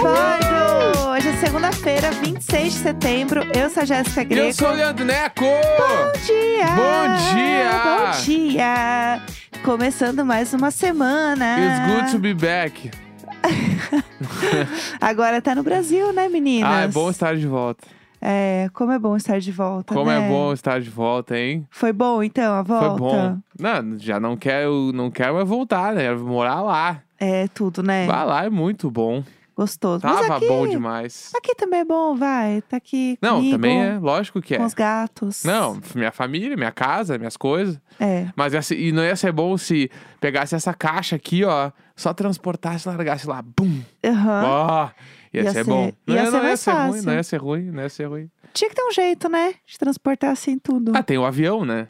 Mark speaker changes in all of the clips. Speaker 1: um é segunda-feira, 26 de setembro. Eu sou a Jéssica Greco.
Speaker 2: Eu sou o Leandro Neco!
Speaker 1: Bom dia!
Speaker 2: Bom dia!
Speaker 1: Bom dia! Começando mais uma
Speaker 2: It's
Speaker 1: semana.
Speaker 2: good to be back.
Speaker 1: Agora tá no Brasil, né, meninas?
Speaker 2: Ah, é bom estar de volta.
Speaker 1: É, como é bom estar de volta,
Speaker 2: Como
Speaker 1: né?
Speaker 2: é bom estar de volta, hein?
Speaker 1: Foi bom, então, a volta?
Speaker 2: Foi bom. Não, já não quero, não quero mais voltar, né? Quero morar lá.
Speaker 1: É, tudo, né?
Speaker 2: Vai lá, é muito bom.
Speaker 1: Gostoso. Mas
Speaker 2: Tava
Speaker 1: aqui,
Speaker 2: bom demais.
Speaker 1: Aqui também é bom, vai. Tá aqui
Speaker 2: Não,
Speaker 1: comigo,
Speaker 2: também é, lógico que é.
Speaker 1: com os gatos.
Speaker 2: Não, minha família, minha casa, minhas coisas.
Speaker 1: É.
Speaker 2: Mas ia ser- e não ia ser bom se pegasse essa caixa aqui, ó, só transportasse e largasse lá, bum,
Speaker 1: Aham.
Speaker 2: ó, ia,
Speaker 1: Ia ser-
Speaker 2: ser bom. Não
Speaker 1: ia ser
Speaker 2: não ia
Speaker 1: mais
Speaker 2: ser ruim,
Speaker 1: fácil.
Speaker 2: não ia ser ruim, não ia ser ruim.
Speaker 1: Tinha que ter um jeito, né? De transportar assim tudo.
Speaker 2: Ah, tem o avião, né?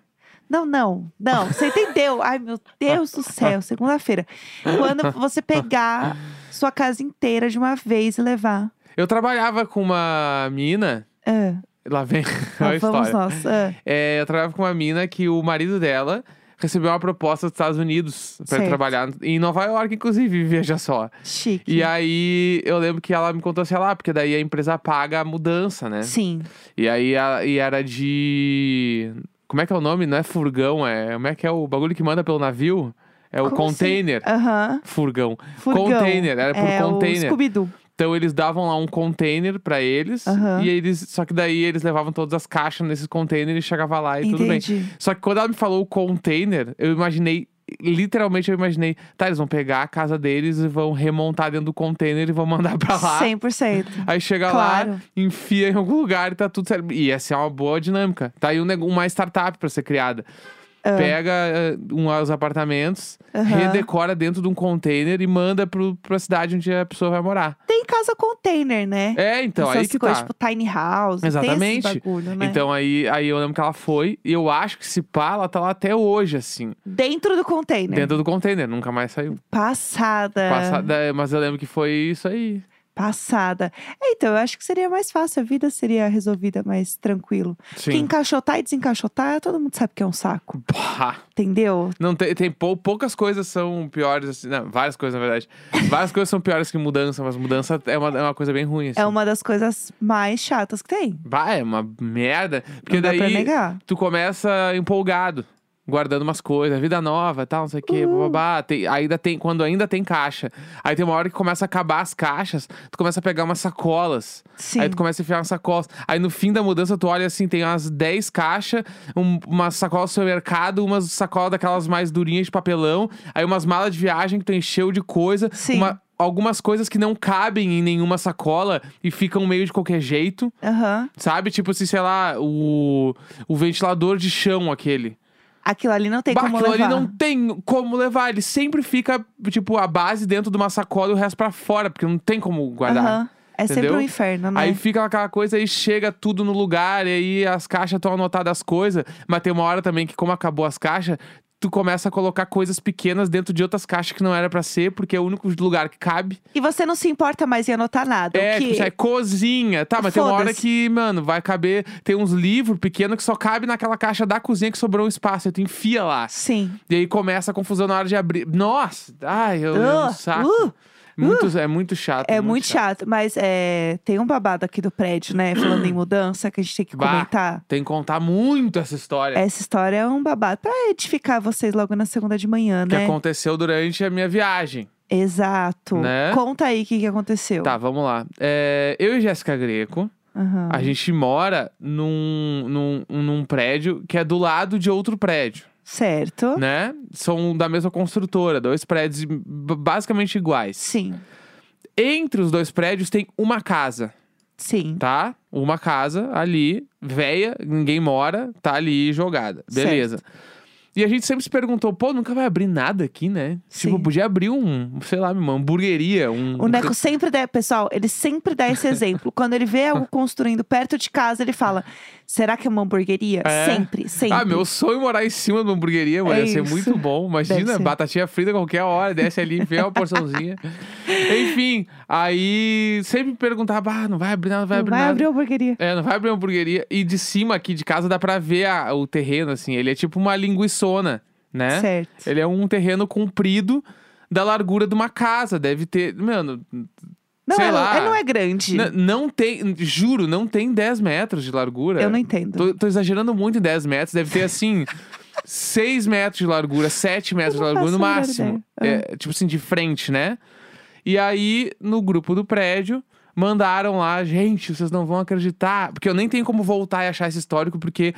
Speaker 1: Não, não, não. Você entendeu? Ai, meu Deus do céu, segunda-feira. Quando você pegar sua casa inteira de uma vez e levar.
Speaker 2: Eu trabalhava com uma mina,
Speaker 1: Ah,
Speaker 2: lá vem
Speaker 1: lá
Speaker 2: a
Speaker 1: vamos
Speaker 2: É história.
Speaker 1: nós. Ah,
Speaker 2: É, eu trabalhava com uma mina que o marido dela recebeu uma proposta dos Estados Unidos pra
Speaker 1: Certo.
Speaker 2: trabalhar em Nova York, inclusive, veja só.
Speaker 1: chique.
Speaker 2: E aí eu lembro que ela me contou assim, lá, porque daí a empresa paga a mudança, né?
Speaker 1: Sim.
Speaker 2: E aí a- e era de. Como é que é o nome? Não é furgão, é. Como é que é o bagulho que manda pelo navio? É o
Speaker 1: Como assim?
Speaker 2: container.
Speaker 1: Aham.
Speaker 2: Furgão.
Speaker 1: Furgão.
Speaker 2: Container, era por
Speaker 1: é
Speaker 2: container.
Speaker 1: O Scooby-Doo.
Speaker 2: Então eles davam lá um container pra eles.
Speaker 1: Aham.
Speaker 2: E eles. Só que daí eles levavam todas as caixas nesses containers e chegava lá e tudo bem.
Speaker 1: Entendi.
Speaker 2: Só que quando ela me falou o container, eu imaginei. Literalmente eu imaginei, tá, eles vão pegar a casa deles e vão remontar dentro do container e vão mandar pra lá.
Speaker 1: 100%.
Speaker 2: Aí chega lá,
Speaker 1: Claro.
Speaker 2: enfia em algum lugar e tá tudo certo. E essa é uma boa dinâmica. Tá aí um, nego- uma startup pra ser criada. Pega eh, um, os apartamentos,
Speaker 1: Ah. Aham.
Speaker 2: redecora dentro de um container e manda pro, pra cidade onde a pessoa vai morar.
Speaker 1: Tem casa container, né?
Speaker 2: É, então,
Speaker 1: Essas
Speaker 2: aí que
Speaker 1: coisas,
Speaker 2: tá.
Speaker 1: tipo tiny house.
Speaker 2: Exatamente.
Speaker 1: Tem esses bagulho, né?
Speaker 2: Então aí, aí eu lembro que ela foi, e eu acho que se pá, ela tá lá até hoje, assim,
Speaker 1: Dentro do container.
Speaker 2: dentro do container, nunca mais saiu.
Speaker 1: Passada.
Speaker 2: Passada- mas eu lembro que foi isso aí.
Speaker 1: Passada. É, Então, eu acho que seria mais fácil, a vida seria resolvida mais tranquilo.
Speaker 2: Sim.
Speaker 1: Que encaixotar e desencaixotar, todo mundo sabe que é um saco,
Speaker 2: Pá.
Speaker 1: entendeu?
Speaker 2: Não, tem, tem pou- poucas coisas são piores, assim. Não, várias coisas, na verdade. Várias coisas são piores que mudança, mas mudança é uma, é uma coisa bem ruim, assim.
Speaker 1: É uma das coisas mais chatas que tem.
Speaker 2: Bah, é uma merda. Porque
Speaker 1: não dá pra
Speaker 2: daí
Speaker 1: negar.
Speaker 2: tu começa empolgado, guardando umas coisas, vida nova, tal, não sei o quê, babá. Tem, ainda tem, quando ainda tem caixa. Aí tem uma hora que começa a acabar as caixas, tu começa a pegar umas sacolas.
Speaker 1: Sim.
Speaker 2: Aí tu começa a enfiar umas sacolas. Aí no fim da mudança tu olha assim, tem umas 10 caixas, um, umas sacolas do supermercado, umas sacolas daquelas mais durinhas de papelão, aí umas malas de viagem que tu encheu de coisa.
Speaker 1: Sim.
Speaker 2: uma- algumas coisas que não cabem em nenhuma sacola e ficam meio de qualquer jeito,
Speaker 1: Aham.
Speaker 2: sabe? Tipo assim, sei lá, o, o ventilador de chão aquele.
Speaker 1: Aquilo ali não tem
Speaker 2: Bah,
Speaker 1: como
Speaker 2: aquilo
Speaker 1: levar.
Speaker 2: ali não tem como levar. Ele sempre fica, tipo, a base dentro de uma sacola e o resto pra fora, porque não tem como guardar.
Speaker 1: Aham. É sempre
Speaker 2: Entendeu?
Speaker 1: um inferno, né?
Speaker 2: Aí fica aquela coisa aí chega tudo no lugar, e aí as caixas estão anotadas as coisas, mas tem uma hora também que, como acabou as caixas, tu começa a colocar coisas pequenas dentro de outras caixas que não era pra ser, porque é o único lugar que cabe.
Speaker 1: E você não se importa mais em anotar nada.
Speaker 2: é,
Speaker 1: o que...
Speaker 2: tipo, é cozinha. Tá, mas tem uma hora
Speaker 1: Foda-se.
Speaker 2: que, mano, vai caber. Tem uns livros pequenos que só cabe naquela caixa da cozinha que sobrou um espaço, aí tu enfia lá.
Speaker 1: Sim.
Speaker 2: E aí começa a confusão na hora de abrir. Nossa! Ai, eu, é um
Speaker 1: Ah,
Speaker 2: saco.
Speaker 1: uh,
Speaker 2: Muito- é muito chato.
Speaker 1: É muito, chato. Mas é, tem um babado aqui do prédio, né? Falando em mudança, que a gente tem que
Speaker 2: Bah.
Speaker 1: comentar.
Speaker 2: Tem que contar muito essa história.
Speaker 1: Essa história é um babado pra edificar vocês logo na segunda de manhã,
Speaker 2: que
Speaker 1: né?
Speaker 2: aconteceu durante a minha viagem.
Speaker 1: Exato.
Speaker 2: Né?
Speaker 1: Conta aí o que, que aconteceu.
Speaker 2: Tá, vamos lá. É, eu e Jéssica Greco,
Speaker 1: Aham.
Speaker 2: a gente mora num, num, num prédio que é do lado de outro prédio,
Speaker 1: Certo.
Speaker 2: né? São da mesma construtora, dois prédios b- basicamente iguais.
Speaker 1: Sim,
Speaker 2: Entre os dois prédios tem uma casa,
Speaker 1: sim.
Speaker 2: tá? Uma casa ali, velha, ninguém mora, tá ali jogada. Beleza. E a gente sempre se perguntou, pô, nunca vai abrir nada aqui, né? Tipo,
Speaker 1: Sim.
Speaker 2: podia abrir um, sei lá, uma hamburgueria, um.
Speaker 1: O Neco sempre dá, pessoal, ele sempre dá esse exemplo. Quando ele vê algo construindo perto de casa, ele fala: será que é uma hamburgueria?
Speaker 2: É.
Speaker 1: Sempre, sempre.
Speaker 2: Ah, meu sonho é morar em cima de uma hamburgueria, mano.
Speaker 1: É
Speaker 2: ia ser
Speaker 1: isso.
Speaker 2: muito bom.
Speaker 1: Deve
Speaker 2: Imagina,
Speaker 1: ser.
Speaker 2: batatinha frita a qualquer hora, desce ali, vê uma porçãozinha. Enfim, aí sempre me perguntava, ah, não vai abrir nada, não vai
Speaker 1: Não
Speaker 2: abrir
Speaker 1: vai
Speaker 2: nada.
Speaker 1: abrir hamburgueria.
Speaker 2: É, não vai abrir uma hamburgueria. E de cima aqui de casa dá pra ver a- o terreno, assim. Ele é tipo uma linguiçona, né?
Speaker 1: Certo.
Speaker 2: Ele é um terreno comprido da largura de uma casa. Deve ter, mano,
Speaker 1: Não,
Speaker 2: Sei
Speaker 1: ela,
Speaker 2: lá. Né,
Speaker 1: ela não é grande.
Speaker 2: N- não tem, juro, não tem 10 metros de largura.
Speaker 1: Eu não entendo.
Speaker 2: é. Tô, tô exagerando muito em 10 metros, deve ter assim. 6 metros de largura, 7 metros de
Speaker 1: não
Speaker 2: largura no
Speaker 1: faço a menor
Speaker 2: máximo.
Speaker 1: ideia. Ah.
Speaker 2: É, tipo assim, de frente, né? E aí, no grupo do prédio, mandaram lá, gente, vocês não vão acreditar. Porque eu nem tenho como voltar e achar esse histórico, porque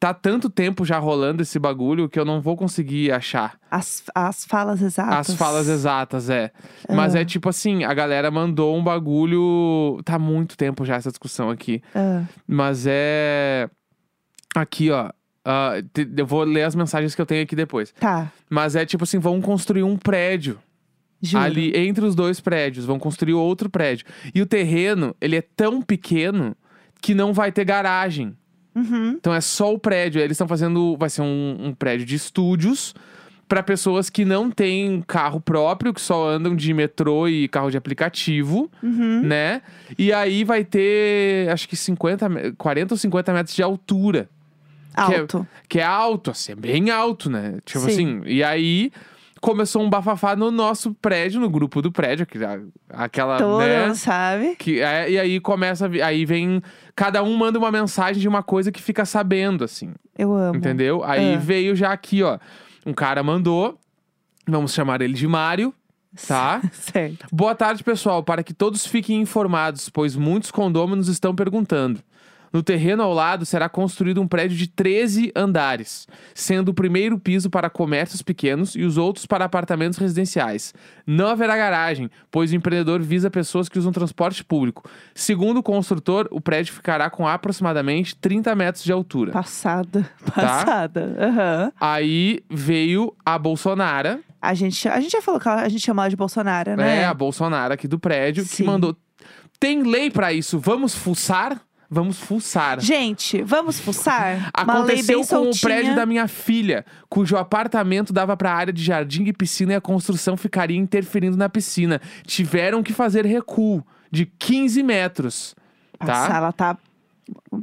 Speaker 2: tá tanto tempo já rolando esse bagulho que eu não vou conseguir achar.
Speaker 1: As, as falas exatas.
Speaker 2: As falas exatas, é. Mas
Speaker 1: Ah.
Speaker 2: é tipo assim, a galera mandou um bagulho. Tá há muito tempo já essa discussão aqui.
Speaker 1: Ah,
Speaker 2: Mas é. Aqui, ó. Ah, te- eu vou ler as mensagens que eu tenho aqui depois.
Speaker 1: tá,
Speaker 2: Mas é tipo assim: vão construir um prédio
Speaker 1: juro.
Speaker 2: ali entre os dois prédios, vão construir outro prédio. E o terreno, ele é tão pequeno que não vai ter garagem.
Speaker 1: Uhum.
Speaker 2: Então é só o prédio. Eles estão fazendo. Vai ser um, um prédio de estúdios para pessoas que não têm carro próprio, que só andam de metrô e carro de aplicativo,
Speaker 1: Uhum.
Speaker 2: né? E aí vai ter, acho que 50, me- 40 ou 50 metros de altura. Que é-
Speaker 1: Alto.
Speaker 2: Que é alto, assim, é bem alto, né? Tipo
Speaker 1: Sim.
Speaker 2: assim. E aí começou um bafafá no nosso prédio, no grupo do prédio, que a- aquela.
Speaker 1: Todo
Speaker 2: né?
Speaker 1: mundo sabe.
Speaker 2: Que, é, e aí começa, a vi- aí vem, cada um manda uma mensagem de uma coisa que fica sabendo, assim.
Speaker 1: Eu amo.
Speaker 2: Entendeu? Aí
Speaker 1: Ah.
Speaker 2: veio já aqui, ó. Um cara mandou. Vamos chamar ele de Mário, tá?
Speaker 1: certo.
Speaker 2: Boa tarde, pessoal. Para que todos fiquem informados, pois muitos condôminos estão perguntando. No terreno ao lado será construído um prédio de 13 andares, sendo o primeiro piso para comércios pequenos e os outros para apartamentos residenciais. Não haverá garagem, pois o empreendedor visa pessoas que usam transporte público. Segundo o construtor, o prédio ficará com aproximadamente 30 metros de
Speaker 1: Tá.
Speaker 2: altura.
Speaker 1: Passada.
Speaker 2: Tá.
Speaker 1: Passada. Aham.
Speaker 2: Aí veio a Bolsonaro,
Speaker 1: A, gente, a gente já falou que ela- a gente chamava de Bolsonaro,
Speaker 2: né?
Speaker 1: né?
Speaker 2: A Bolsonaro aqui do prédio, que
Speaker 1: Sim.
Speaker 2: mandou. Tem lei pra isso, vamos fuçar? Vamos fuçar.
Speaker 1: Gente, vamos fuçar? Uma lei
Speaker 2: Aconteceu
Speaker 1: bem
Speaker 2: com
Speaker 1: soltinha.
Speaker 2: o prédio da minha filha, cujo apartamento dava pra área de jardim e piscina e a construção ficaria interferindo na piscina. Tiveram que fazer recuo de 15 metros. Tá?
Speaker 1: Nossa, ela tá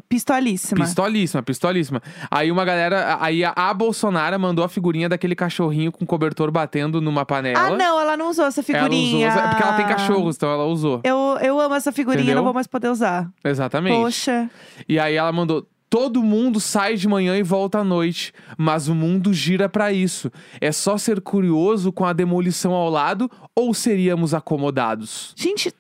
Speaker 1: pistolíssima.
Speaker 2: Pistolíssima, pistolíssima. Aí uma galera. Aí a, a Bolsonaro mandou a figurinha daquele cachorrinho com cobertor batendo numa panela.
Speaker 1: Ah, não, ela não usou essa figurinha.
Speaker 2: Ela usou, é porque ela tem cachorros, então ela usou.
Speaker 1: Eu, eu amo essa figurinha,
Speaker 2: Entendeu?
Speaker 1: não vou mais poder usar.
Speaker 2: Exatamente.
Speaker 1: Poxa,
Speaker 2: E aí ela mandou. Todo mundo sai de manhã e volta à noite, mas o mundo gira pra isso. É só ser curioso com a demolição ao lado ou seríamos acomodados?
Speaker 1: gente,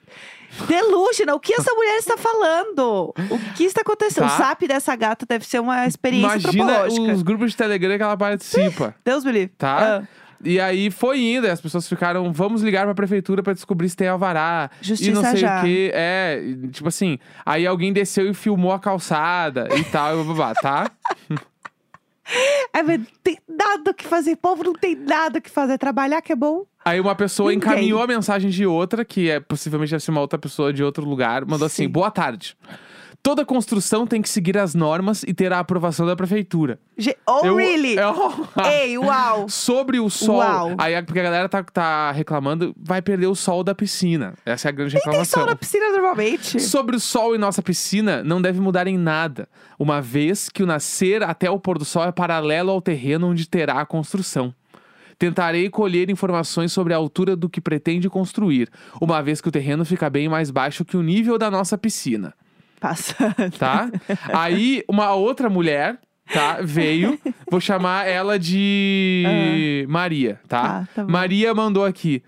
Speaker 1: delusional. O que essa mulher está falando? O que está acontecendo?
Speaker 2: Tá.
Speaker 1: O SAP dessa gata deve ser uma experiência
Speaker 2: Imagina
Speaker 1: antropológica.
Speaker 2: os grupos de Telegram que ela participa,
Speaker 1: Deus me livre.
Speaker 2: tá?
Speaker 1: Ah,
Speaker 2: E aí foi indo, e as pessoas ficaram, vamos ligar pra prefeitura pra descobrir se tem alvará.
Speaker 1: Justiça
Speaker 2: e não sei
Speaker 1: já.
Speaker 2: o que. É, e, tipo assim, aí alguém desceu e filmou a calçada e tal, e babá, tá?
Speaker 1: é, mas tem nada o que fazer. Povo não tem nada o que fazer. Trabalhar que é bom.
Speaker 2: Aí uma pessoa
Speaker 1: Ninguém.
Speaker 2: encaminhou a mensagem de outra, que é possivelmente deve ser uma outra pessoa de outro lugar, mandou assim:
Speaker 1: Sim.
Speaker 2: boa tarde. Toda construção tem que seguir as normas e ter a aprovação da prefeitura.
Speaker 1: Ge- oh,
Speaker 2: Eu-
Speaker 1: really?
Speaker 2: Eu-
Speaker 1: Ei, uau.
Speaker 2: Sobre o sol.
Speaker 1: Uau.
Speaker 2: Aí, a- porque a galera tá, tá reclamando, vai perder o sol da piscina. Essa é a grande
Speaker 1: Tem
Speaker 2: reclamação.
Speaker 1: sol na piscina normalmente.
Speaker 2: Sobre o sol e nossa piscina, não deve mudar em nada, uma vez que o nascer até o pôr do sol é paralelo ao terreno onde terá a construção. Tentarei colher informações sobre a altura do que pretende construir, uma vez que o terreno fica bem mais baixo que o nível da nossa piscina,
Speaker 1: Passando.
Speaker 2: tá? Aí uma outra mulher, tá, veio, vou chamar ela de Maria, tá?
Speaker 1: Tá, tá bom.
Speaker 2: Maria mandou aqui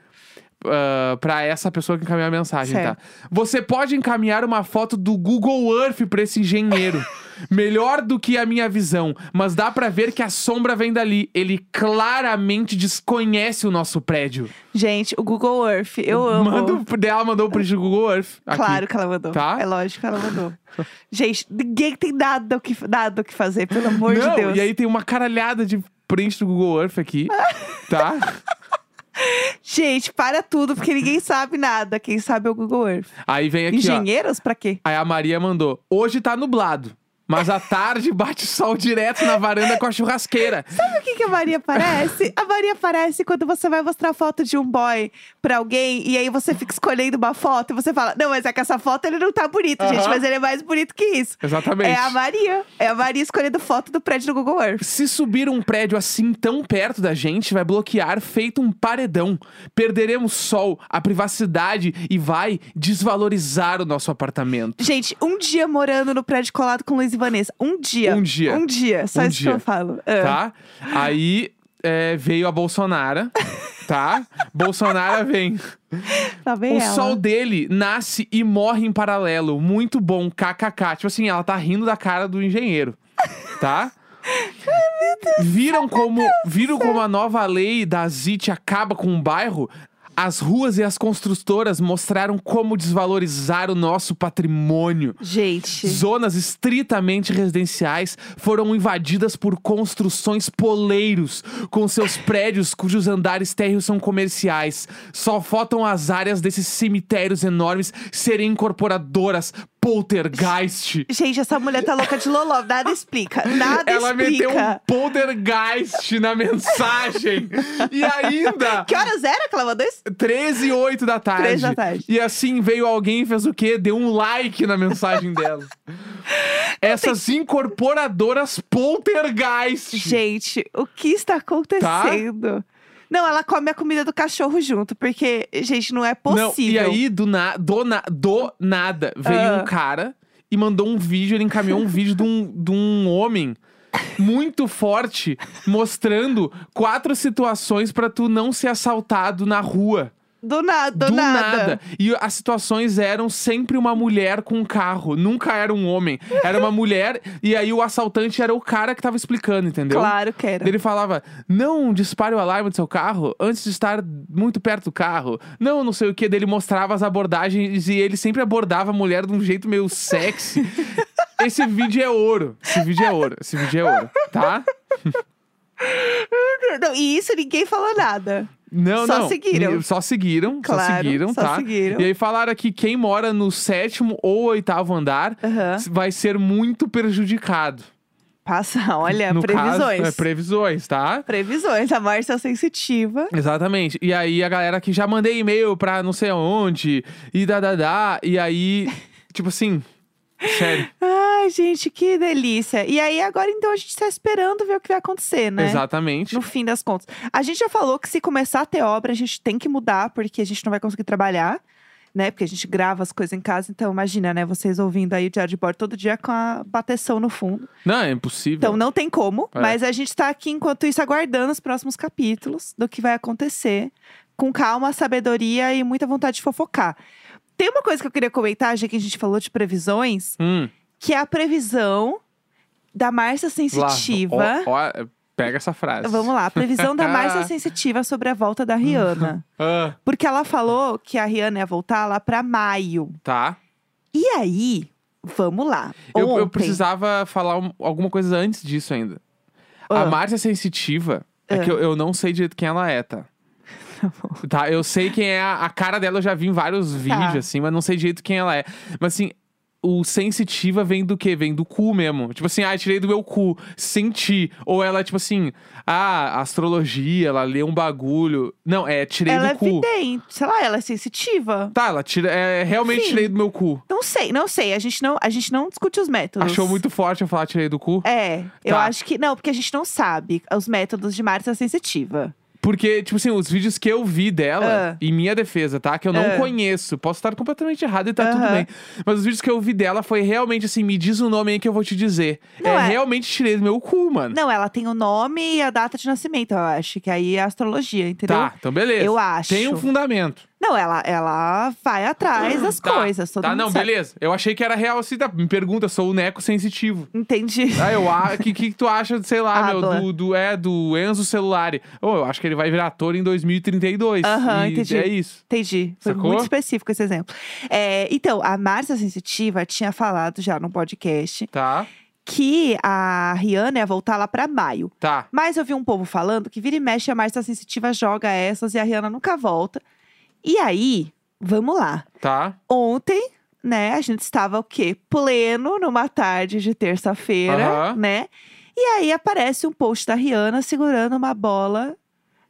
Speaker 2: ah, pra essa pessoa que encaminhou a mensagem,
Speaker 1: Certo.
Speaker 2: tá? Você pode encaminhar uma foto do Google Earth pra esse engenheiro. Melhor do que a minha visão, mas dá pra ver que a sombra vem dali. Ele claramente desconhece o nosso prédio.
Speaker 1: Gente, o Google Earth, eu amo.
Speaker 2: Manda o- dela mandou o print do Google Earth. aqui.
Speaker 1: Claro que ela mandou.
Speaker 2: Tá?
Speaker 1: É lógico que ela mandou. Gente, ninguém tem nada o que, nada o que fazer, pelo amor
Speaker 2: Não,
Speaker 1: de Deus.
Speaker 2: e aí tem uma caralhada de print do Google Earth aqui, tá?
Speaker 1: Gente, para tudo, porque ninguém sabe nada. Quem sabe é o Google Earth.
Speaker 2: Aí vem aqui, ó.
Speaker 1: Engenheiros pra quê?
Speaker 2: Aí a Maria mandou: "Hoje tá nublado, Mas à tarde bate o sol direto na varanda com a churrasqueira.
Speaker 1: Sabe o que, que a Maria parece? A Maria parece quando você vai mostrar foto de um boy pra alguém e aí você fica escolhendo uma foto e você fala: Não, mas é que essa foto ele não tá bonito, gente,
Speaker 2: Aham.
Speaker 1: mas ele é mais bonito que isso.
Speaker 2: Exatamente.
Speaker 1: É a Maria. É a Maria escolhendo foto do prédio do Google Earth.
Speaker 2: Se subir um prédio assim tão perto da gente, vai bloquear feito um paredão. Perderemos sol, a privacidade e vai desvalorizar o nosso apartamento.
Speaker 1: Gente, um dia morando no prédio colado com Luiz e Vanessa. Um dia.
Speaker 2: Um dia.
Speaker 1: Um dia. Só
Speaker 2: Um
Speaker 1: isso
Speaker 2: dia.
Speaker 1: que eu falo. Ah.
Speaker 2: Tá? Aí é, veio a Bolsonaro, tá? Bolsonaro vem.
Speaker 1: Lá vem
Speaker 2: O
Speaker 1: Ah, tá ela.
Speaker 2: sol dele nasce e morre em paralelo. Muito bom, kkk. Tipo assim, ela tá rindo da cara do engenheiro, tá? Viram como, viram como a nova lei da ZIT acaba com o bairro? As ruas e as construtoras mostraram como desvalorizar o nosso patrimônio.
Speaker 1: Gente.
Speaker 2: Zonas estritamente residenciais foram invadidas por construções poleiros, com seus prédios cujos andares térreos são comerciais. Só faltam as áreas desses cemitérios enormes serem incorporadoras poltergeist.
Speaker 1: Gente, essa mulher tá louca de loló. Nada explica. Nada
Speaker 2: Ela
Speaker 1: explica.
Speaker 2: meteu um poltergeist na mensagem. e ainda.
Speaker 1: Que horas era que ela mandou isso?
Speaker 2: 13 e 8 da tarde.
Speaker 1: Três da tarde.
Speaker 2: E assim veio alguém e fez o quê? Deu um like na mensagem dela. Essas incorporadoras poltergeist.
Speaker 1: Gente, o que está
Speaker 2: Tá?
Speaker 1: acontecendo? Não, ela come a comida do cachorro junto, porque, gente, não é possível.
Speaker 2: Não, e aí, do, na, do, na, do nada, veio
Speaker 1: Ah.
Speaker 2: um cara e mandou um vídeo, ele encaminhou um vídeo de um, de um homem muito forte mostrando quatro situações pra tu não ser assaltado na rua.
Speaker 1: Do nada, do,
Speaker 2: do nada. E as situações eram sempre uma mulher com um carro, nunca era um homem. Era uma mulher, e aí o assaltante era o cara que tava explicando, entendeu?
Speaker 1: Claro que era.
Speaker 2: Ele falava, não dispare o alarme do seu carro antes de estar muito perto do carro. Não, não sei o que. Ele mostrava as abordagens e ele sempre abordava a mulher de um jeito meio sexy. Esse vídeo é ouro. Esse vídeo é ouro. Esse vídeo é ouro, tá?
Speaker 1: Não, e isso ninguém falou nada.
Speaker 2: Não,
Speaker 1: Só
Speaker 2: não.
Speaker 1: seguiram.
Speaker 2: Ni- Só seguiram, só
Speaker 1: Claro,
Speaker 2: seguiram,
Speaker 1: só
Speaker 2: tá?
Speaker 1: seguiram.
Speaker 2: E aí falaram que quem mora no sétimo ou oitavo andar
Speaker 1: Aham.
Speaker 2: s- vai ser muito prejudicado.
Speaker 1: Passa, olha,
Speaker 2: no
Speaker 1: previsões.
Speaker 2: Caso, é, previsões, tá?
Speaker 1: Previsões. A Márcia é sensitiva.
Speaker 2: Exatamente. E aí a galera que já mandei e-mail pra não sei aonde, e da, da, da. E aí, tipo assim, sério.
Speaker 1: Ai, gente, que delícia. E aí, agora então, a gente tá esperando ver o que vai acontecer, né?
Speaker 2: Exatamente.
Speaker 1: No fim das contas. A gente já falou que se começar a ter obra, a gente tem que mudar, porque a gente não vai conseguir trabalhar, né? Porque a gente grava as coisas em casa. Então, imagina, né? Vocês ouvindo aí o Diário de Bordo todo dia com a bateção no fundo.
Speaker 2: Não, é impossível.
Speaker 1: Então, não tem como.
Speaker 2: É.
Speaker 1: Mas a gente tá aqui, enquanto isso, aguardando os próximos capítulos do que vai acontecer. Com calma, sabedoria e muita vontade de fofocar. Tem uma coisa que eu queria comentar, já que a gente falou de previsões,
Speaker 2: Hum,
Speaker 1: que é a previsão da Márcia
Speaker 2: lá,
Speaker 1: Sensitiva.
Speaker 2: ó, ó, pega essa frase.
Speaker 1: Vamos lá, previsão da Márcia Sensitiva sobre a volta da Rihanna.
Speaker 2: Ah,
Speaker 1: Porque ela falou que a Rihanna ia voltar lá pra maio.
Speaker 2: tá.
Speaker 1: E aí, vamos lá.
Speaker 2: Eu- Eu,
Speaker 1: Ontem-
Speaker 2: precisava falar um- alguma coisa antes disso ainda.
Speaker 1: Ah.
Speaker 2: A Márcia Sensitiva é
Speaker 1: Ah.
Speaker 2: que eu, eu não sei direito quem ela é, tá? Tá, eu sei quem é. A, a cara dela eu já vi em
Speaker 1: Tá.
Speaker 2: vários vídeos, assim, mas não sei direito quem ela é. Mas assim, o sensitiva vem do quê? Vem do cu mesmo. Tipo assim, ah, tirei do meu cu, senti. Ou ela, tipo assim, ah, astrologia, ela lê um bagulho. Não, é, tirei
Speaker 1: Ela é
Speaker 2: do cu.
Speaker 1: vidente, sei lá, ela é sensitiva.
Speaker 2: Tá, ela tira. É, realmente
Speaker 1: Sim.
Speaker 2: tirei do meu cu.
Speaker 1: Não sei, não sei. A gente não, a gente não discute os métodos.
Speaker 2: Achou muito forte eu falar tirei do cu?
Speaker 1: É, eu
Speaker 2: Tá.
Speaker 1: acho que. Não, porque a gente não sabe os métodos de Márcia Sensitiva.
Speaker 2: Porque, tipo assim, os vídeos que eu vi dela,
Speaker 1: Ah.
Speaker 2: em minha defesa, tá? Que eu não
Speaker 1: Ah.
Speaker 2: conheço. Posso estar completamente errado e tá tudo
Speaker 1: Aham.
Speaker 2: bem. Mas os vídeos que eu vi dela foi realmente assim: me diz o nome aí que eu vou te dizer.
Speaker 1: Não
Speaker 2: é,
Speaker 1: é.
Speaker 2: realmente tirei do meu cu, mano.
Speaker 1: Não, ela tem o nome e a data de nascimento, eu acho. Que aí é a astrologia, entendeu?
Speaker 2: tá, então beleza.
Speaker 1: Eu acho.
Speaker 2: Tem um fundamento.
Speaker 1: Não, ela, ela vai atrás das
Speaker 2: Tá,
Speaker 1: coisas. Todo
Speaker 2: tá,
Speaker 1: mundo
Speaker 2: não,
Speaker 1: sabe.
Speaker 2: beleza. Eu achei que era real assim. Tá, me pergunta, eu sou o neco sensitivo.
Speaker 1: Entendi.
Speaker 2: Ah, eu acho. que, que tu acha, sei lá, meu,
Speaker 1: Habla.
Speaker 2: do, do, é, do Enzo Celulari? Ô, eu acho que ele vai virar ator em 2032.
Speaker 1: Aham,
Speaker 2: e
Speaker 1: entendi.
Speaker 2: É isso.
Speaker 1: Entendi. Foi
Speaker 2: Sacou?
Speaker 1: muito específico esse exemplo. É, então, a Márcia Sensitiva tinha falado já no podcast
Speaker 2: Tá,
Speaker 1: que a Rihanna ia voltar lá pra maio.
Speaker 2: tá.
Speaker 1: Mas eu vi um povo falando que vira e mexe, a Márcia Sensitiva joga essas e a Rihanna nunca volta. E aí, vamos lá.
Speaker 2: Tá,
Speaker 1: Ontem, né? A gente estava o quê? Pleno numa tarde de terça-feira,
Speaker 2: Aham.
Speaker 1: né? E aí aparece um post da Rihanna segurando uma bola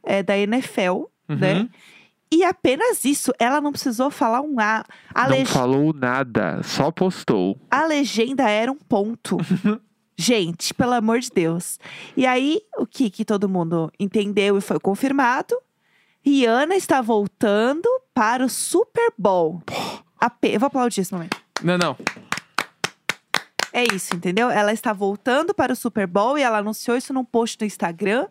Speaker 1: é, da NFL, né?
Speaker 2: Uhum.
Speaker 1: E apenas isso, ela não precisou falar um A. A,
Speaker 2: Não
Speaker 1: leg-
Speaker 2: falou nada, só postou.
Speaker 1: a legenda era um ponto. Gente, pelo amor de Deus. E aí, o que, que todo mundo entendeu e foi confirmado? Rihanna está voltando para o Super Bowl. Ape- Eu vou aplaudir esse momento.
Speaker 2: Não, não.
Speaker 1: É isso, entendeu? Ela está voltando para o Super Bowl e ela anunciou isso num post no Instagram.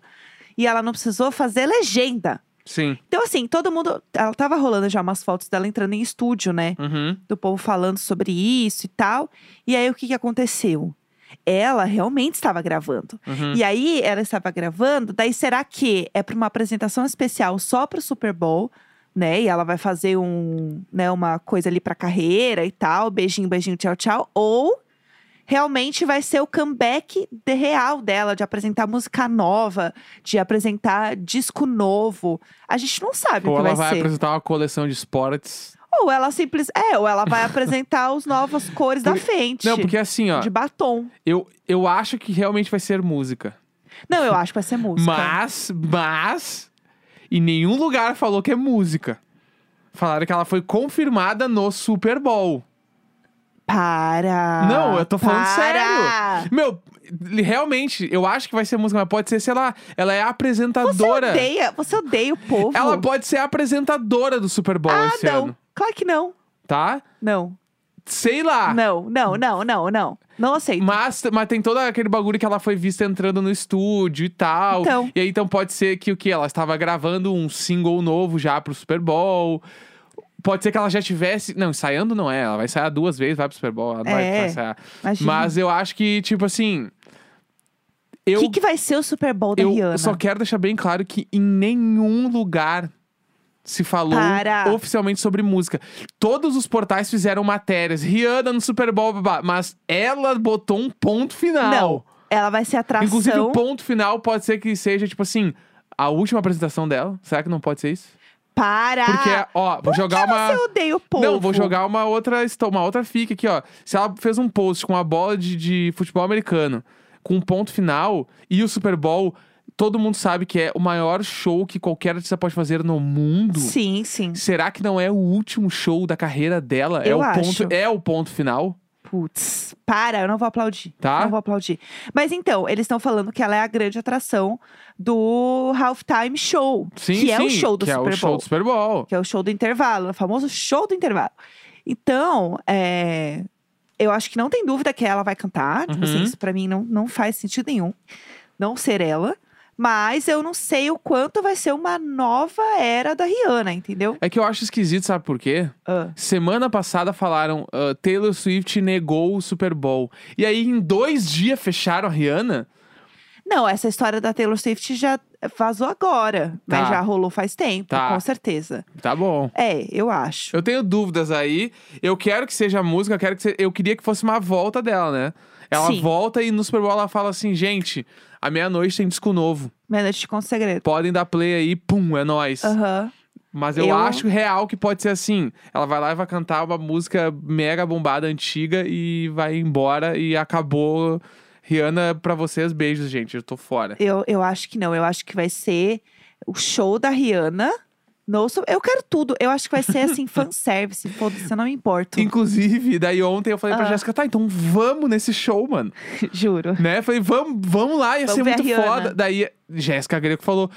Speaker 1: E ela não precisou fazer legenda.
Speaker 2: Sim.
Speaker 1: Então, assim, todo mundo. Ela tava rolando já umas fotos dela entrando em estúdio, né?
Speaker 2: Uhum.
Speaker 1: Do povo falando sobre isso e tal. E aí, o que, que aconteceu? Ela realmente estava gravando.
Speaker 2: Uhum.
Speaker 1: E aí, ela estava gravando. Daí, será que é para uma apresentação especial só para o Super Bowl? Né, e ela vai fazer um, né, uma coisa ali pra carreira e tal, beijinho, beijinho, tchau, tchau. Ou realmente vai ser o comeback de real dela, de apresentar música nova, de apresentar disco novo. A gente não sabe o
Speaker 2: Ou
Speaker 1: é que
Speaker 2: ela
Speaker 1: vai,
Speaker 2: vai
Speaker 1: ser.
Speaker 2: apresentar uma coleção de esportes.
Speaker 1: Ou ela simples. É, ou ela vai apresentar os novas cores da frente.
Speaker 2: Não, porque assim, ó,
Speaker 1: De batom.
Speaker 2: eu, eu acho que realmente vai ser música.
Speaker 1: Não, eu acho que vai ser música.
Speaker 2: Mas, mas, em nenhum lugar falou que é música. Falaram que ela foi confirmada no Super Bowl.
Speaker 1: Para!
Speaker 2: Não, eu tô falando
Speaker 1: para.
Speaker 2: sério. Meu, realmente, eu acho que vai ser música, mas pode ser, sei lá, ela é a
Speaker 1: Você
Speaker 2: apresentadora.
Speaker 1: odeia, você odeia o povo.
Speaker 2: Ela pode ser a apresentadora do Super Bowl
Speaker 1: Ah,
Speaker 2: esse
Speaker 1: não.
Speaker 2: ano,
Speaker 1: Claro que não.
Speaker 2: tá?
Speaker 1: Não.
Speaker 2: Sei lá.
Speaker 1: Não, não, não, não, não. Não aceito.
Speaker 2: Mas, mas tem todo aquele bagulho que ela foi vista entrando no estúdio e tal.
Speaker 1: Então.
Speaker 2: E aí, então pode ser que o que? Ela estava gravando um single novo já pro Super Bowl. Pode ser que ela já tivesse. Não, ensaiando não é. Ela vai ensaiar duas vezes, vai pro Super Bowl. Ela não vai
Speaker 1: É,
Speaker 2: precisar ensaiar.
Speaker 1: Imagina.
Speaker 2: Mas eu acho que, tipo assim.
Speaker 1: O
Speaker 2: Eu,
Speaker 1: que, que vai ser o Super Bowl Tipo, da
Speaker 2: eu
Speaker 1: Rihanna?
Speaker 2: só quero deixar bem claro que em nenhum lugar se falou
Speaker 1: Para.
Speaker 2: oficialmente sobre música. Todos os portais fizeram matérias. Rihanna no Super Bowl, babá, mas ela botou um ponto final.
Speaker 1: Não. tá Ela vai ser atração.
Speaker 2: Inclusive, o ponto final pode ser que seja, tipo assim, a última apresentação dela. Será que não pode ser isso?
Speaker 1: Para!
Speaker 2: Porque, ó, vou
Speaker 1: Ah, Por
Speaker 2: jogar
Speaker 1: que
Speaker 2: uma.
Speaker 1: Você odeia o povo.
Speaker 2: Não, vou jogar uma outra, histó- uma outra fica aqui, ó. Se ela fez um post com uma bola de, de futebol americano com um ponto final e o Super Bowl, todo mundo sabe que é o maior show que qualquer artista pode fazer no mundo.
Speaker 1: Sim, sim.
Speaker 2: Será que não é o último show da carreira dela? é
Speaker 1: Eu
Speaker 2: o
Speaker 1: acho.
Speaker 2: ponto, é o ponto final,
Speaker 1: Putz, para, eu não vou aplaudir.
Speaker 2: Tá.
Speaker 1: Não vou aplaudir. Mas então, eles estão falando que ela é a grande atração do Halftime Show.
Speaker 2: Sim,
Speaker 1: que é o
Speaker 2: sim,
Speaker 1: show do
Speaker 2: que
Speaker 1: Super
Speaker 2: é o
Speaker 1: Bowl.
Speaker 2: show do Super Bowl.
Speaker 1: que é o show do intervalo, o famoso show do intervalo. Então, é, eu acho que não tem dúvida que ela vai cantar. Tipo assim,
Speaker 2: Uhum.
Speaker 1: isso pra mim não, não faz sentido nenhum não ser ela. Mas eu não sei o quanto vai ser uma nova era da Rihanna, entendeu?
Speaker 2: É que eu acho esquisito, sabe por quê?
Speaker 1: Ah,
Speaker 2: Semana passada falaram ah, Taylor Swift negou o Super Bowl. E aí, em dois dias, fecharam a Rihanna.
Speaker 1: Não, essa história da Taylor Swift já vazou agora. Mas
Speaker 2: Tá.
Speaker 1: já rolou faz tempo,
Speaker 2: Tá.
Speaker 1: com certeza.
Speaker 2: Tá bom.
Speaker 1: É, eu acho.
Speaker 2: Eu tenho dúvidas aí. Eu quero que seja música, eu quero que se- eu queria que fosse uma volta dela, né? Ela
Speaker 1: Sim.
Speaker 2: volta e no Super Bowl ela fala assim, gente, à meia-noite tem disco novo.
Speaker 1: Minha noite com segredo.
Speaker 2: Podem dar play aí, pum, é nóis.
Speaker 1: Aham.
Speaker 2: Mas eu,
Speaker 1: eu-
Speaker 2: acho real que pode ser assim. Ela vai lá e vai cantar uma música mega bombada, antiga, e vai embora e acabou. Rihanna, pra vocês, beijos, gente. Eu tô fora.
Speaker 1: Eu, eu acho que não. Eu acho que vai ser o show da Rihanna. No, Su- eu quero tudo. Eu acho que vai ser assim, fanservice. Foda-se, eu não me importo.
Speaker 2: Inclusive, daí ontem eu falei pra
Speaker 1: Ah.
Speaker 2: Jéssica, tá, então vamos nesse show, mano.
Speaker 1: Juro.
Speaker 2: né? Falei, vamos, vamos lá, ia
Speaker 1: Vamos
Speaker 2: ser
Speaker 1: ver a
Speaker 2: muito
Speaker 1: Rihanna.
Speaker 2: foda. Daí Jéssica Greco falou: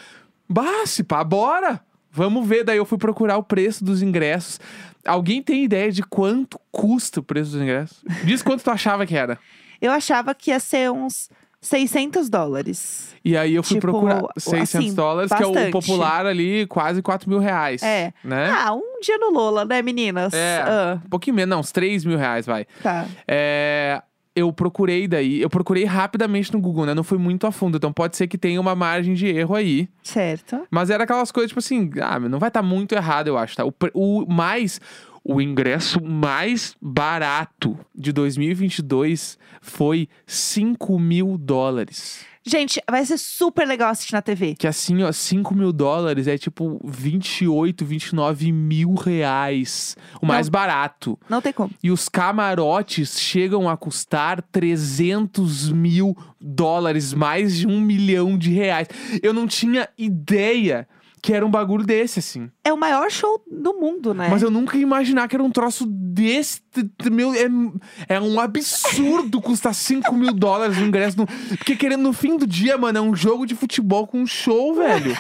Speaker 2: "Bah, se pá, bora! Vamos ver. Daí eu fui procurar o preço dos ingressos. Alguém tem ideia de quanto custa o preço dos ingressos? Diz quanto tu achava que era.
Speaker 1: Eu achava que ia ser uns 600 dólares.
Speaker 2: E aí eu fui
Speaker 1: Tipo,
Speaker 2: procurar
Speaker 1: assim,
Speaker 2: 600 dólares, que é o
Speaker 1: bastante.
Speaker 2: popular ali, quase 4 mil reais.
Speaker 1: É.
Speaker 2: Né?
Speaker 1: Ah, um dia no Lola, né, meninas?
Speaker 2: É.
Speaker 1: Ah,
Speaker 2: Um pouquinho menos, não, uns 3 mil reais, vai.
Speaker 1: tá.
Speaker 2: É, eu procurei daí, eu procurei rapidamente no Google, né? Não fui muito a fundo, então pode ser que tenha uma margem de erro aí.
Speaker 1: Certo.
Speaker 2: Mas era aquelas coisas, tipo assim, ah, meu, não vai estar muito errado, eu acho, tá? O, pre- o mais. O ingresso mais barato de 2022 foi 5 mil dólares.
Speaker 1: Gente, vai ser super legal assistir na TV.
Speaker 2: Que assim, ó, 5 mil dólares é tipo 28, 29 mil reais. O mais barato.
Speaker 1: Não tem como.
Speaker 2: E os camarotes chegam a custar 300 mil dólares, mais de um milhão de reais. Eu não tinha ideia que era um bagulho desse, assim.
Speaker 1: É o maior show do mundo, né?
Speaker 2: Mas eu nunca ia imaginar que era um troço desse. Meu, é, é um absurdo custar 5 mil dólares no ingresso. No, porque querendo, no fim do dia, mano, é um jogo de futebol com um show, velho.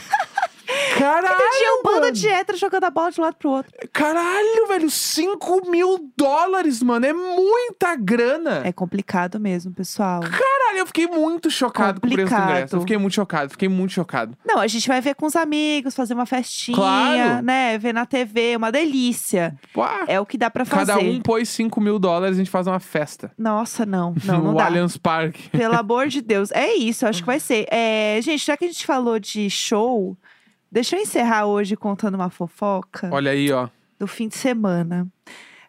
Speaker 2: Caralho!
Speaker 1: Tinha um bando
Speaker 2: mano.
Speaker 1: de hétero jogando a bola de um lado pro outro.
Speaker 2: Caralho, velho, 5 mil dólares, mano, é muita grana.
Speaker 1: É complicado mesmo, pessoal.
Speaker 2: Caralho, eu fiquei muito chocado com o preço do ingresso.
Speaker 1: Complicado.
Speaker 2: Eu fiquei muito chocado, fiquei muito chocado.
Speaker 1: Não, a gente vai ver com os amigos, fazer uma festinha,
Speaker 2: Claro.
Speaker 1: né? Ver na TV, uma delícia.
Speaker 2: Pá,
Speaker 1: É o que dá pra fazer.
Speaker 2: ah, cada um pôs 5 mil dólares, a gente faz uma festa.
Speaker 1: Nossa, não, não,
Speaker 2: no
Speaker 1: não dá.
Speaker 2: Allianz Park.
Speaker 1: Pelo amor de Deus. É isso, eu acho que vai ser. É, gente, já que a gente falou de show, deixa eu encerrar hoje contando uma fofoca
Speaker 2: Olha aí, ó.
Speaker 1: do fim de semana.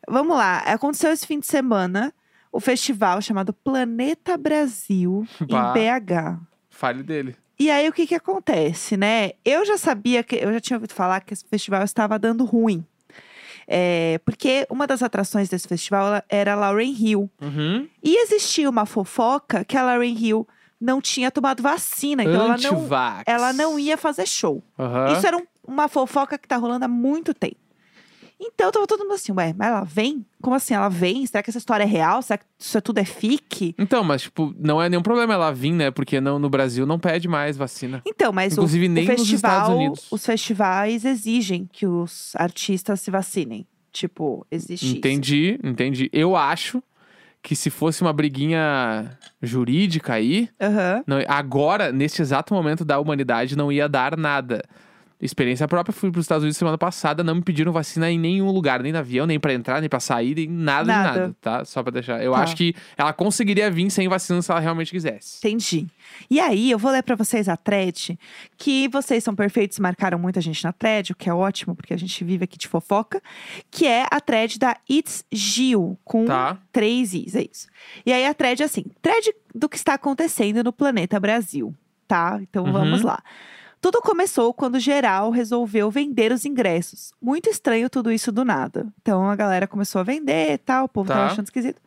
Speaker 1: Vamos lá, aconteceu esse fim de semana o festival chamado Planeta Brasil
Speaker 2: Bah.
Speaker 1: em BH.
Speaker 2: Fale dele.
Speaker 1: E aí o que que acontece, né? Eu já sabia que eu já tinha ouvido falar que esse festival estava dando ruim. É, porque uma das atrações desse festival ela- era a Lauren Hill.
Speaker 2: Uhum.
Speaker 1: E existia uma fofoca que a Lauren Hill não tinha tomado vacina, então ela não,
Speaker 2: Antivax.
Speaker 1: ela não ia fazer show.
Speaker 2: Aham.
Speaker 1: Isso era um- uma fofoca que tá rolando há muito tempo. Então tava todo mundo assim, ué, mas ela vem? Como assim ela vem? Será que essa história é real? Será que isso tudo é fique?
Speaker 2: Então, mas, tipo, não é nenhum problema ela vir, né? Porque não, no Brasil não pede mais vacina.
Speaker 1: Então, mas o-
Speaker 2: Inclusive,
Speaker 1: o,
Speaker 2: nem nos
Speaker 1: festival,
Speaker 2: Estados Unidos.
Speaker 1: os festivais exigem que os artistas se vacinem. Tipo, existe isso.
Speaker 2: Entendi, entendi. Eu acho que se fosse uma briguinha jurídica aí,
Speaker 1: Aham.
Speaker 2: não- agora, neste exato momento da humanidade, não ia dar nada. Experiência própria, fui para os Estados Unidos semana passada, não me pediram vacina em nenhum lugar, nem no avião, nem para entrar, nem para sair, nem nada,
Speaker 1: Nada.
Speaker 2: de nada, tá? Só para deixar. Eu
Speaker 1: Tá.
Speaker 2: acho que ela conseguiria vir sem vacina se ela realmente quisesse.
Speaker 1: Entendi. E aí, eu vou ler pra vocês a thread, que vocês são perfeitos, marcaram muita gente na thread, o que é ótimo, porque a gente vive aqui de fofoca, que é a thread da It's Gil, com
Speaker 2: Tá?
Speaker 1: três Is, é isso. E aí a thread é assim, thread do que está acontecendo no planeta Brasil, tá? Então
Speaker 2: Uhum.
Speaker 1: vamos lá. Tudo começou quando geral resolveu vender os ingressos. Muito estranho tudo isso do nada. Então a galera começou a vender e tal, o povo
Speaker 2: Tá.
Speaker 1: tava achando esquisito.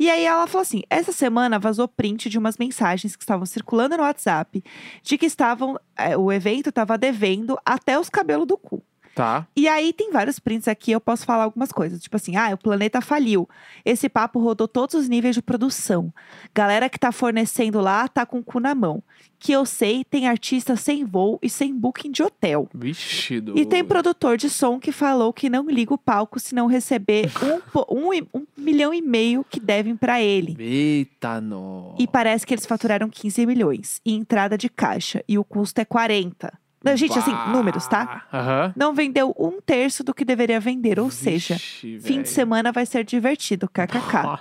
Speaker 1: E aí ela falou assim: essa semana vazou print de umas mensagens que estavam circulando no WhatsApp de que estavam. eh, o evento estava devendo até os cabelos do cu.
Speaker 2: Tá.
Speaker 1: E aí tem vários prints aqui, eu posso falar algumas coisas. Tipo assim, ah, o planeta faliu. Esse papo rodou todos os níveis de produção. Galera que tá fornecendo lá tá com o cu na mão. Que eu sei, tem artista sem voo e sem booking de hotel.
Speaker 2: Vixe do...
Speaker 1: E tem produtor de som que falou que não liga o palco se não receber um, po- um e- um milhão e meio que devem pra ele.
Speaker 2: Eita, nó.
Speaker 1: E parece que eles faturaram 15 milhões. E entrada de caixa. E o custo é 40. Não, gente, assim,
Speaker 2: Bah.
Speaker 1: números, tá?
Speaker 2: Aham.
Speaker 1: Não vendeu um terço do que deveria vender, ou seja,
Speaker 2: Vixe,
Speaker 1: Fim
Speaker 2: velho.
Speaker 1: de semana vai ser divertido, kkk.
Speaker 2: Ó.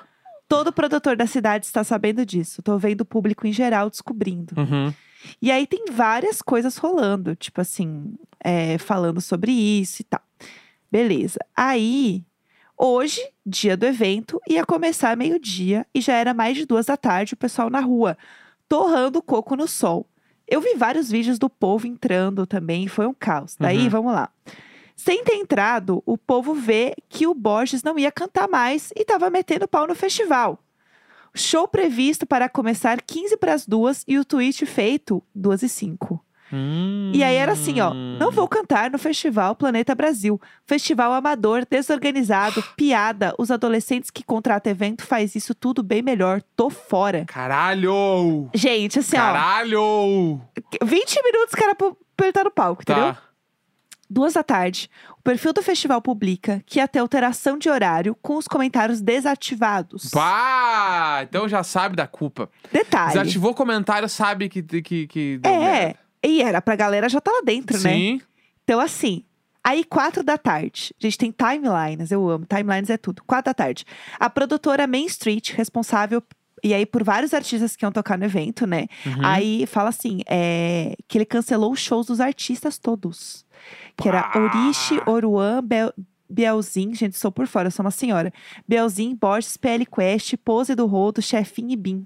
Speaker 1: Todo produtor da cidade está sabendo disso. Tô vendo o público em geral descobrindo.
Speaker 2: Uhum.
Speaker 1: E aí tem várias coisas rolando, tipo assim, é, falando sobre isso e tal. Beleza. Aí, hoje, dia do evento, ia começar meio-dia e já era mais de duas da tarde o pessoal na rua, torrando coco no sol. Eu vi vários vídeos do povo entrando também, foi um caos. Daí,
Speaker 2: Uhum.
Speaker 1: vamos lá. Sem ter entrado, o povo vê que o Borges não ia cantar mais e tava metendo pau no festival. Show previsto para começar 15 para as duas e o tweet feito 2 e 5.
Speaker 2: Uhum.
Speaker 1: E aí era assim, ó.
Speaker 2: Hum.
Speaker 1: Não vou cantar no festival Planeta Brasil. Festival amador, desorganizado, piada. Os adolescentes que contratam evento faz isso tudo bem melhor. Tô fora.
Speaker 2: Caralho!
Speaker 1: Gente, assim,
Speaker 2: Caralho!
Speaker 1: ó. 20 minutos, cara, pra pra ele tá no palco, entendeu?
Speaker 2: Tá.
Speaker 1: Duas da tarde, o perfil do festival publica que ia ter alteração de horário com os comentários desativados.
Speaker 2: Pá! Então já sabe da culpa.
Speaker 1: Detalhe.
Speaker 2: Desativou o comentário, sabe que. que, que deu
Speaker 1: É,
Speaker 2: merda.
Speaker 1: e era pra galera já tá lá dentro, né?
Speaker 2: Sim.
Speaker 1: Então, assim, aí quatro da tarde, a gente tem timelines, eu amo, timelines é tudo. Quatro da tarde, a produtora Main Street, responsável, e aí por vários artistas que iam tocar no evento, né?
Speaker 2: Uhum.
Speaker 1: Aí fala assim, é, que ele cancelou os shows dos artistas todos. Que era
Speaker 2: Pá!
Speaker 1: Orishi, Oruan, Bel... Bielzin, gente, sou por fora, sou uma senhora. Bielzin, Borges, PL Quest, Pose do Rodo, Chefinho e Bin.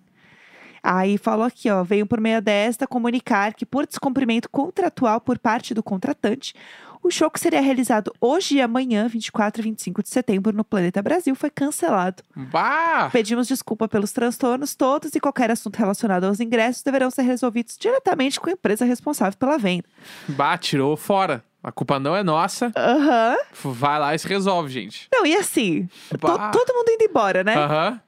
Speaker 1: Aí falou aqui, ó, veio por meio desta comunicar que por descumprimento contratual por parte do contratante, o show que seria realizado hoje e amanhã, 24 e 25 de setembro, no Planeta Brasil, foi cancelado.
Speaker 2: Bah!
Speaker 1: Pedimos desculpa pelos transtornos todos e qualquer assunto relacionado aos ingressos deverão ser resolvidos diretamente com a empresa responsável pela venda.
Speaker 2: Bah, tirou fora. A culpa não é nossa.
Speaker 1: Aham.
Speaker 2: Vai lá e se resolve, gente.
Speaker 1: Não, e assim, to-
Speaker 2: Bah.
Speaker 1: todo mundo indo embora, né?
Speaker 2: Aham.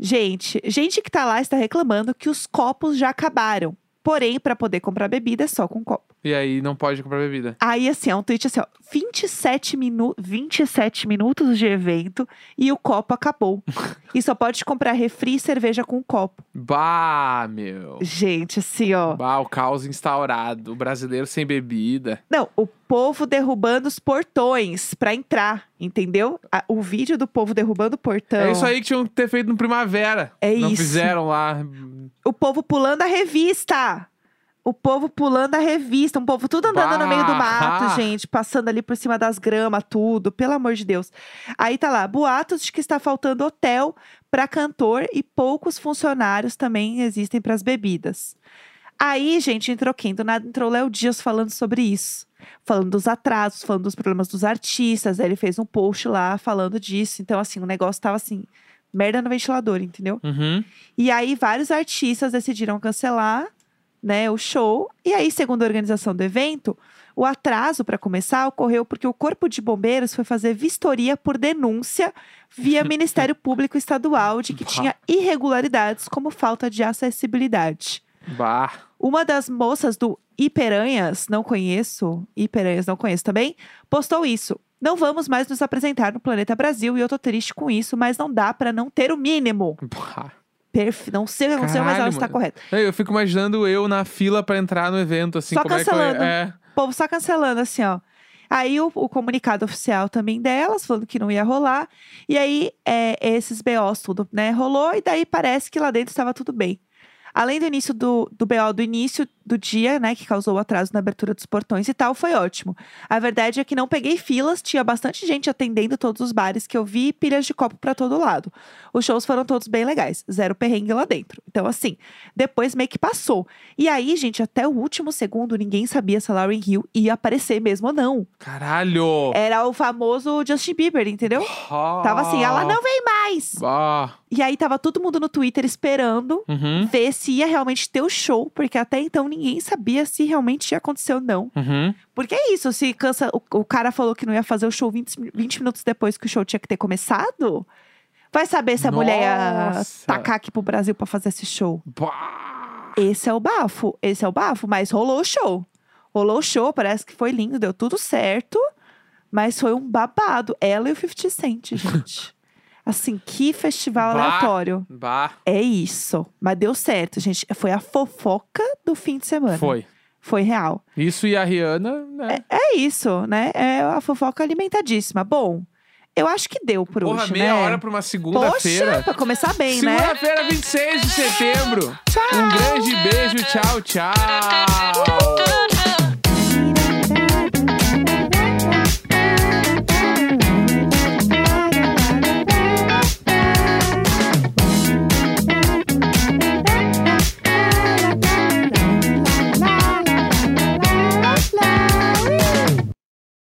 Speaker 1: Gente, gente que tá lá está reclamando que os copos já acabaram. Porém, para poder comprar bebida é só com copo.
Speaker 2: E aí não pode comprar bebida.
Speaker 1: Aí, assim, é um tweet assim, ó. 27, minu 27 minutos de evento e o copo acabou. e só pode comprar refri e cerveja com copo.
Speaker 2: Bah, meu.
Speaker 1: Gente, assim, ó.
Speaker 2: Bah, o caos instaurado. O brasileiro sem bebida.
Speaker 1: Não, o povo derrubando os portões pra entrar, entendeu? A- o vídeo do povo derrubando o portão.
Speaker 2: É isso aí que tinham que ter feito no Primavera.
Speaker 1: Então. É
Speaker 2: Não
Speaker 1: isso.
Speaker 2: fizeram lá.
Speaker 1: O povo pulando a revista. O povo pulando a revista. Um povo tudo andando no meio do
Speaker 2: Bah!
Speaker 1: mato, gente. Passando ali por cima das gramas, tudo. Pelo amor de Deus. Aí tá lá, boatos de que está faltando hotel pra cantor e poucos funcionários também existem pras bebidas. Aí, gente, entrou quem? Do nada entrou Léo Dias falando sobre isso. Falando dos atrasos, falando dos problemas dos artistas. Aí ele fez um post lá falando disso. Então, assim, o negócio tava assim, merda no ventilador, entendeu?
Speaker 2: Uhum.
Speaker 1: E aí, vários artistas decidiram cancelar né, o show. E aí, segundo a organização do evento, o atraso para começar ocorreu porque o Corpo de Bombeiros foi fazer vistoria por denúncia via Ministério Público Estadual de que
Speaker 2: Bah.
Speaker 1: tinha irregularidades, como falta de acessibilidade.
Speaker 2: Bah.
Speaker 1: Uma das moças do Iperanhas, não conheço, Iperanhas não conheço também, postou isso. Não vamos mais nos apresentar no Planeta Brasil e eu tô triste com isso, mas não dá para não ter o mínimo.
Speaker 2: Bah.
Speaker 1: Perfe... Não sei o que aconteceu, mas
Speaker 2: Caralho,
Speaker 1: ela está
Speaker 2: mano.
Speaker 1: correta.
Speaker 2: Eu fico imaginando eu na fila pra entrar no evento, assim,
Speaker 1: Só
Speaker 2: como é que
Speaker 1: cancelando.
Speaker 2: eu... É.
Speaker 1: O povo só cancelando, assim, ó. Aí o, o comunicado oficial também delas, falando que não ia rolar. E aí, é, esses BOs tudo, né, rolou. E daí parece que lá dentro estava tudo bem. Além do início do, do BO do início do dia, né, que causou o atraso na abertura dos portões e tal, foi ótimo. A verdade é que não peguei filas, tinha bastante gente atendendo todos os bares que eu vi, e pilhas de copo pra todo lado. Os shows foram todos bem legais, zero perrengue lá dentro. Então, assim, depois meio que passou. E aí, gente, até o último segundo, ninguém sabia se a Lauren Hill ia aparecer mesmo ou não.
Speaker 2: Caralho!
Speaker 1: Era o famoso Justin Bieber, entendeu?
Speaker 2: Bah.
Speaker 1: É, Tava assim, ela não vem mais!
Speaker 2: Bah.
Speaker 1: E aí tava todo mundo no Twitter esperando
Speaker 2: Uhum.
Speaker 1: ver se ia realmente ter o show, porque até então ninguém sabia se realmente ia acontecer ou não.
Speaker 2: Uhum.
Speaker 1: Porque é isso, se cansa, o, o cara falou que não ia fazer o show 20, mi- 20 minutos depois que o show tinha que ter começado, vai saber se a mulher ia
Speaker 2: Nossa.
Speaker 1: tacar aqui pro Brasil pra fazer esse show.
Speaker 2: Bah.
Speaker 1: Esse é o bafo, esse é o bafo, mas rolou o show. Rolou o show, parece que foi lindo, deu tudo certo, mas foi um babado. Ela e o 50 Cent, gente. assim, que festival
Speaker 2: Bah.
Speaker 1: aleatório.
Speaker 2: Bah.
Speaker 1: É isso. Mas deu certo, gente. Foi a fofoca do fim de semana.
Speaker 2: Foi.
Speaker 1: Foi real.
Speaker 2: Isso e a Rihanna, né?
Speaker 1: É isso, né? É a fofoca alimentadíssima. Bom, eu acho que deu por
Speaker 2: Porra,
Speaker 1: hoje,
Speaker 2: meia
Speaker 1: né?
Speaker 2: hora pra uma
Speaker 1: Poxa,
Speaker 2: segunda-feira.
Speaker 1: pra começar bem, né?
Speaker 2: Segunda-feira, 26 de setembro. Um grande beijo, tchau, tchau.